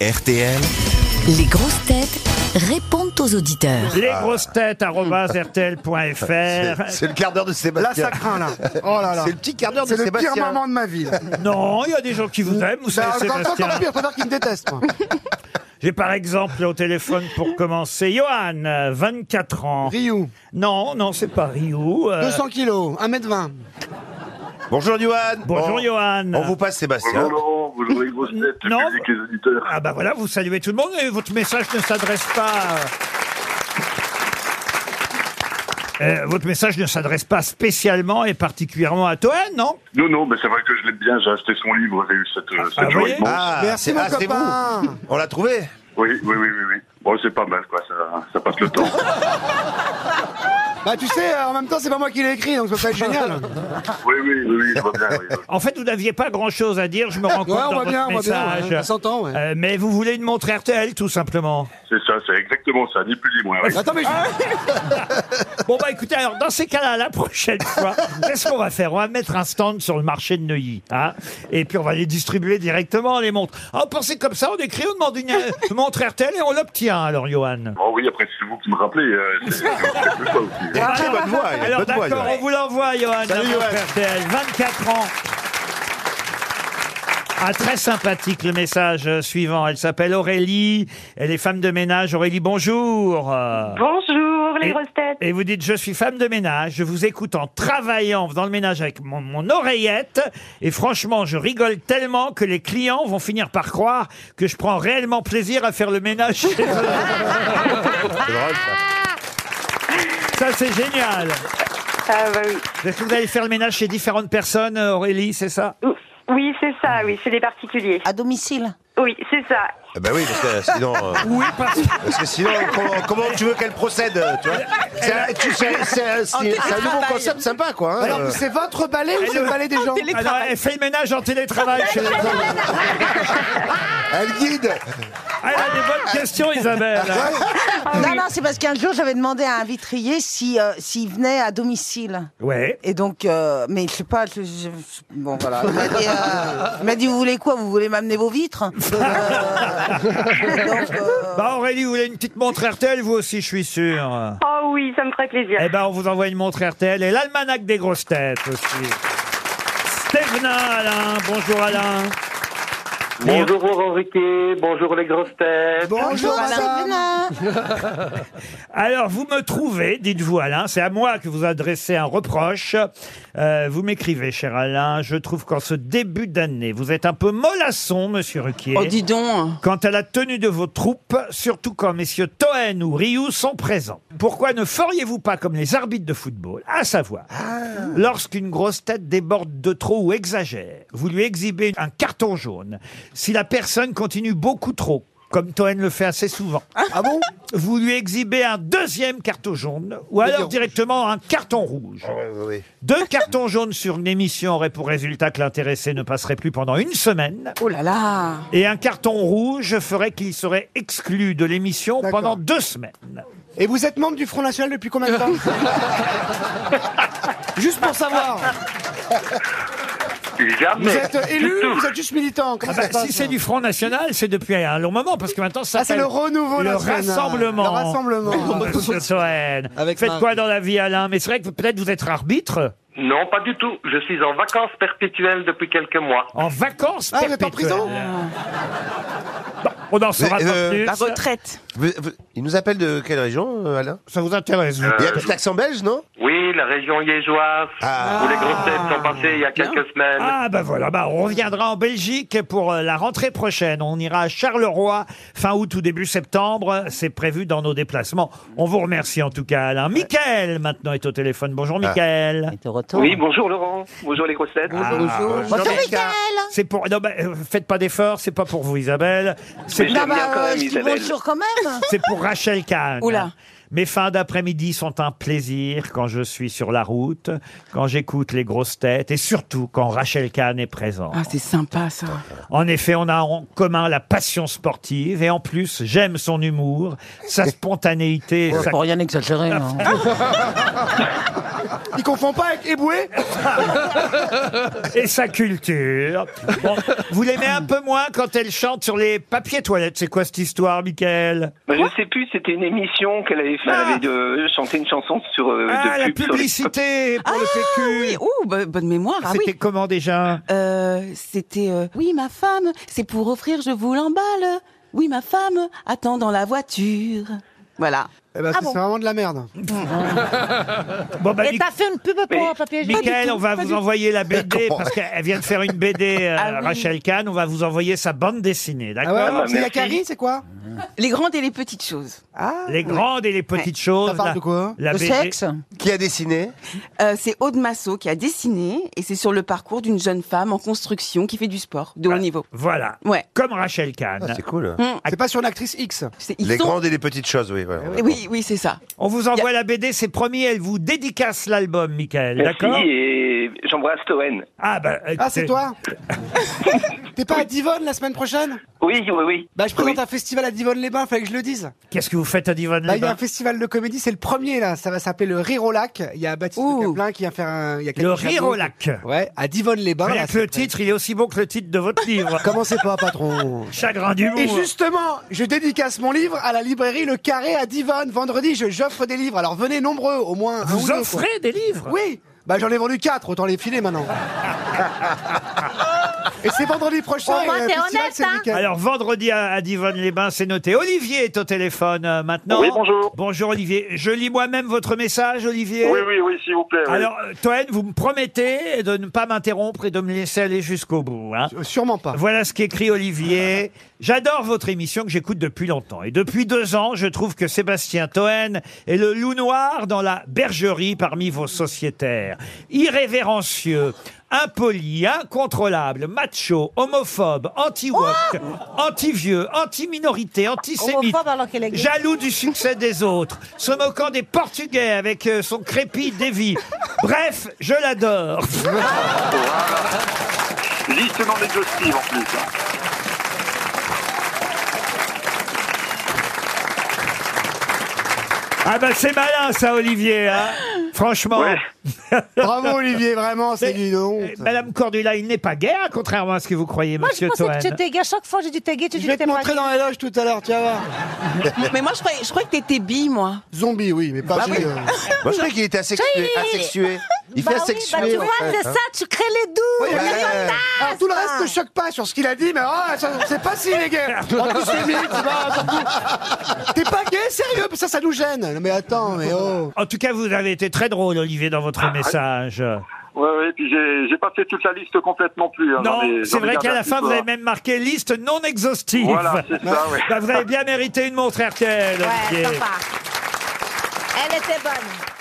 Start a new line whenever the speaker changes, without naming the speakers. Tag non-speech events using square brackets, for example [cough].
RTL.
Les grosses têtes répondent aux auditeurs.
Les grosses têtes
Ah. [laughs]
rtl.fr.
[laughs] C'est le quart d'heure de Sébastien.
Là, ça craint, là. Oh là là.
C'est le petit quart d'heure de
C'est le
Sébastien.
pire moment de ma vie. là.
Non, il y a des gens qui vous aiment, vous
Bah,
savez,
Encore
Sébastien.
encore pire, je préfère qu'il me déteste, moi.
J'ai par exemple au téléphone pour commencer Johan, euh, 24 ans.
Ryu,
Non, non, c'est pas euh, Rio.
200 kilos, 1m20.
Bonjour Johan.
Bonjour
On-
Johan.
On vous passe Sébastien.
Bonjour Laurent, bonjour les grosses têtes, le
Non.
public, les auditeurs.
Ah bah voilà, vous saluez tout le monde et votre message ne s'adresse pas. euh, euh, votre message ne s'adresse pas spécialement et particulièrement à Toen, non
Non, non, mais c'est vrai que je l'aime bien, j'ai acheté son livre, j'ai eu cette, euh, cette
ah,
joie
oui.
immense.
Ah,
Merci,
c'est-
mon
ah, c'est
copain.
vous. On l'a trouvé.
Oui, oui, oui, oui, oui. Bon, c'est pas mal, quoi, ça, ça passe
[laughs]
le temps.
Bah, tu sais, euh, en même temps, c'est pas moi qui l'ai écrit, donc ça peut être génial.
oui, oui, oui, oui, je vois bien, oui.
En fait, vous n'aviez pas grand-chose à dire, je me rends compte
Ouais, on
dans
voit
votre
bien, on voit bien.
message.
ouais. On s'entend, ouais.
Euh, mais vous voulez une montre RTL, tout simplement.
C'est ça, c'est exactement ça, ni plus ni moins. oui.
Attends, mais je-
Bon, bah écoutez, alors dans ces cas-là, la prochaine fois, qu'est-ce qu'on va faire On va mettre un stand sur le marché de Neuilly. Hein et puis on va les distribuer directement, les montres. Ah, on pensait comme ça, on écrit, on demande une euh, montre RTL et on l'obtient, alors, Johan.
Bon, oui, après, c'est vous qui me rappelez, euh, c'est c'est quelque chose
[laughs]
aussi.
Il a une Ah, très bonne voix. Il a une
Alors
bonne voix,
d'accord, on
Johan.
vous l'envoie, Johan. la
Salut,
montre
Johan.
RTL, 24 ans. Ah, très sympathique le message suivant. Elle s'appelle Aurélie. Elle est femme de ménage. Aurélie, bonjour. Euh,
Bonjour les
Et-
grosses têtes.
Et vous dites, je suis femme de ménage, je vous écoute en travaillant dans le ménage avec mon, mon oreillette, et franchement, je rigole tellement que les clients vont finir par croire que je prends réellement plaisir à faire le ménage. chez eux.
[laughs] C'est drôle, ça.
Ça, c'est génial.
Ah, bah oui,
Est-ce que vous allez faire le ménage chez différentes personnes, euh, Aurélie, c'est ça
Ouf. oui c'est ça, oui, c'est des particuliers.
À domicile
Oui, c'est ça.
Eh Ben oui, parce que sinon. euh,
Oui, parce que...
Parce que [laughs] sinon, comment, comment tu veux qu'elle procède euh, Tu vois C'est un, tu- c'est- c'est- c'est- c'est un nouveau concept sympa, quoi. hein,
bah, Alors,
euh.
c'est votre balai ou c'est le balai des gens
[laughs] Alors, elle fait le ménage en télétravail chez les gens. [laughs]
Elle guide.
Elle a des bonnes questions, Isabelle.
Ah, Non, non, c'est parce qu'un jour, j'avais demandé à un vitrier si, euh, s'il venait à domicile.
Ouais.
Et donc, euh, mais je sais pas, je- je- je- bon voilà. Il m'a dit, euh, il m'a dit, vous voulez quoi Vous voulez m'amener vos vitres Euh, donc, euh,
Bah, Aurélie, vous voulez une petite montre RTL, vous aussi, je suis sûr.
Oh oui, ça me ferait plaisir.
Eh ben, on vous envoie une montre RTL et l'almanach des grosses têtes aussi. Stéphane Alain, bonjour Alain.
Bonjour Laurent Ruquier, bonjour les grosses têtes.
Bonjour, madame.
Madame.
Alors, vous me trouvez, dites-vous Alain, c'est à moi que vous adressez un reproche. Euh, vous m'écrivez, cher Alain, je trouve qu'en ce début d'année, vous êtes un peu mollasson, monsieur Ruquier.
Oh, dis donc.
Quant à la tenue de vos troupes, surtout quand messieurs Toen ou Ryu sont présents, pourquoi ne feriez-vous pas comme les arbitres de football, à savoir,
Ah.
lorsqu'une grosse tête déborde de trop ou exagère, vous lui exhibez un carton jaune. Si la personne continue beaucoup trop, comme Toen le fait assez souvent,
Ah bon
vous lui exhibez un deuxième carton jaune, ou alors
rouge. Ah
directement un carton rouge.
oui.
Deux cartons jaunes sur une émission auraient pour résultat que l'intéressé ne passerait plus pendant une semaine.
Oh là là.
Et un carton rouge ferait qu'il serait exclu de l'émission
D'accord.
pendant deux semaines. Ah
Et vous êtes membre du Front National depuis combien de temps Juste pour savoir.
Jamais.
Vous êtes élu
du
ou
tout.
vous êtes juste militant Comment
Ah bah,
ça se passe
si c'est du Front National, c'est depuis un long moment, parce que maintenant ça
Ah, c'est
s'appelle
le renouveau
le
national.
rassemblement.
Le rassemblement.
Ah, [laughs] monsieur Toen.
Avec
Faites
Marc.
quoi dans la vie, Alain Mais c'est vrai que peut-être vous êtes arbitre
Non, pas du tout. Je suis en vacances perpétuelles depuis quelques mois.
en vacances.
Ah, vous êtes en
perpétuelles.
prison
Bon, On en saura
Mais, euh,
pas
La
plus.
retraite.
Vous- vous- Il nous appelle de quelle région, euh, Alain
Ça vous intéresse vous
Il y a un
Euh,
petit accent belge, non
Oui, la région liégeoise,
Ah.
où les grosses têtes sont passées il y a quelques semaines.
Ah bah voilà, bah on reviendra en Belgique pour euh, la rentrée prochaine. On ira à Charleroi fin août ou début septembre. C'est prévu dans nos déplacements. On vous remercie en tout cas Alain. Michael maintenant est au téléphone. Bonjour Michael.
Oui, bonjour Laurent, bonjour les grosses têtes.
Ah.
Bonjour, Mika.
C'est pour non bah, euh, faites pas d'efforts, c'est pas pour vous Isabelle. C'est
Mais je l'aime
Non,
bien
bah,
quand
euh,
même,
je dis
Isabelle.
bonjour quand même.
c'est pour Rachel Kahn.
Oula.
Mes fins d'après-midi sont un plaisir quand je suis sur la route, quand j'écoute les grosses têtes et surtout quand Rachel Kahn est présente.
Ah, c'est sympa ça.
En effet, on a en commun la passion sportive et en plus, j'aime son humour,
[laughs]
sa spontanéité,
Faut
sa
faut rien exagérer.
Ah,
hein.
Il confond pas avec Eboué
et sa culture. Bon, vous l'aimez un peu moins quand elle chante sur les papiers toilettes. C'est quoi cette histoire, Michael
Bah, je sais plus, c'était une émission qu'elle avait fait.
Ah.
Elle avait de, chanté une chanson sur euh,
Ah,
de
la
pub sur les-
publicité pour le PQ.
Ah, Oui, ouh, bo- bonne mémoire. Ah,
C'était
oui.
comment déjà
Euh, C'était. euh, oui, ma femme, c'est pour offrir, je vous l'emballe. Oui, ma femme, attends dans la voiture. Voilà.
Eh ben,
Ah
c'est
bon
vraiment de la merde.
Bon, bah,
Et
Mi-
t'as fait une pub pour un papier jaune
Michael, on va vous envoyer la BD parce qu'elle vient de faire une BD, euh,
Ah oui.
Rachel Kahn. On va vous envoyer sa bande dessinée,
Ah
d'accord
ouais,
bah,
c'est
merci.
Yakari, c'est quoi
Les grandes et les petites choses.
Ah,
Les grandes et les petites choses.
ça parle
la-
de quoi hein
la
Le
BD
sexe
Qui a dessiné
Euh, c'est Aude Massot qui a dessiné et c'est sur le parcours d'une jeune femme en construction qui fait du sport de
Ah.
haut niveau.
Voilà.
Ouais.
Comme Rachel Kahn.
Ah, C'est cool.
Ah, C'est pas sur une actrice X.
C'est- ils
Les
sont-
grandes et les petites choses, oui. voilà.
Oui, oui, c'est
[laughs]
ça.
On vous envoie la BD, c'est promis. Elle vous dédicace l'album, Michael, d'accord
Merci et j'embrasse Toen.
Ah, bah,
Ah, c'est
écoutez, [laughs]
toi T'es pas à Divonne la semaine prochaine
Oui, oui, oui.
Bah, je
Oui.
présente un festival à Divonne-les-Bains, fallait que je le dise.
Qu'est-ce que vous faites à Divonne
Là, il y a un festival de comédie, c'est le premier, là. Ça va s'appeler le Rire au Lac. Il y a Baptiste
Ouh.
Le Caplin qui vient faire un. il y a quelques
Le rire
tableaux.
au lac.
Ouais, à Divonne-les-Bains.
Rien
là,
que le
Ah, c'est prêt.
titre, il est aussi bon que le titre de votre
[laughs]
livre.
Commencez pas,
[laughs]
patron.
Chagrin du
Et justement, je dédicace mon livre à la librairie Le Carré à Divonne. Vendredi, je- j'offre des livres. Alors venez nombreux, au moins. un ou
Vous
deux, quoi.
offrez des livres
Oui bah j'en ai vendu 4, autant les filer [laughs] maintenant. et c'est vendredi prochain.
Au moins,
et le
t'es
festival,
honnête,
c'est le
hein.
week-end.
Alors vendredi à, à Divonne-les-Bains, c'est noté. Olivier est au téléphone euh, maintenant.
Oui, bonjour.
Bonjour Olivier. Je lis moi-même votre message, Olivier.
Oui, oui, oui, s'il vous plaît. oui.
Alors, euh, Toen, vous me promettez de ne pas m'interrompre et de me laisser aller jusqu'au bout. hein.
Euh, Sûrement pas.
Voilà ce qu'écrit Olivier. J'adore votre émission que j'écoute depuis longtemps. Et depuis deux ans, je trouve que Sébastien Toen est le loup noir dans la bergerie parmi vos sociétaires. Irrévérencieux, impoli, incontrôlable, macho, homophobe, anti-woke, anti-vieux, anti-minorité, antisémite.
Oh Homophobe alors qu'elle est gay.
Jaloux du succès des autres, se moquant des Portugais avec euh, son crépi dévi. Bref, je
[laughs]
l'adore.
Liste non exhaustive en plus. hein.
Ah bah c'est malin ça Olivier, hein franchement.
Ouais.
Bravo Olivier, vraiment, c'est
Mais-
du honte.
Eh, Madame Cordula, il n'est pas gay, hein, contrairement à ce que vous croyez,
Moi, je
monsieur
pensais
Toen.
que tu étais gay. Chaque fois, j'ai dit t'es gay, tu dis
Je
que
vais te
t'es pas
montrer
gay.
dans les loges tout à l'heure, tu vas voir.
Mais moi, je croyais, je croyais que t'étais bi, moi.
Zombie, oui, mais pas chez, [laughs] euh,
Moi, je croyais qu'il était asexué.
Oui.
asexué. Il fait
Bah oui,
asexué.
bah tu
en
vois,
fait,
c'est
hein.
ça, tu crées les doutes.
Ouais. Alors, tout le
ça.
reste ne choque pas sur ce qu'il a dit, mais oh, ça, c'est pas si les [laughs] gars. Antisémite, c'est pas- surtout. T'es pas gay, sérieux Ça, ça nous gêne. Non, mais attends, mais oh.
En tout cas, vous avez été très drôle, Olivier, dans
Ah,
votre message.
Ouais, ouais, puis j'ai j'ai pas fait toute la liste complète non plus. hein.
non,
J'en ai- j'en
c'est
ai
vrai
gardé
qu'à
un
la
petit
fin,
peu,
vous avez
hein.
même marqué liste non exhaustive.
Voilà, c'est ça, ouais.
Bah, vous avez bien mérité une montre RTL,
Ouais,
Olivier.
sympa. Elle était bonne.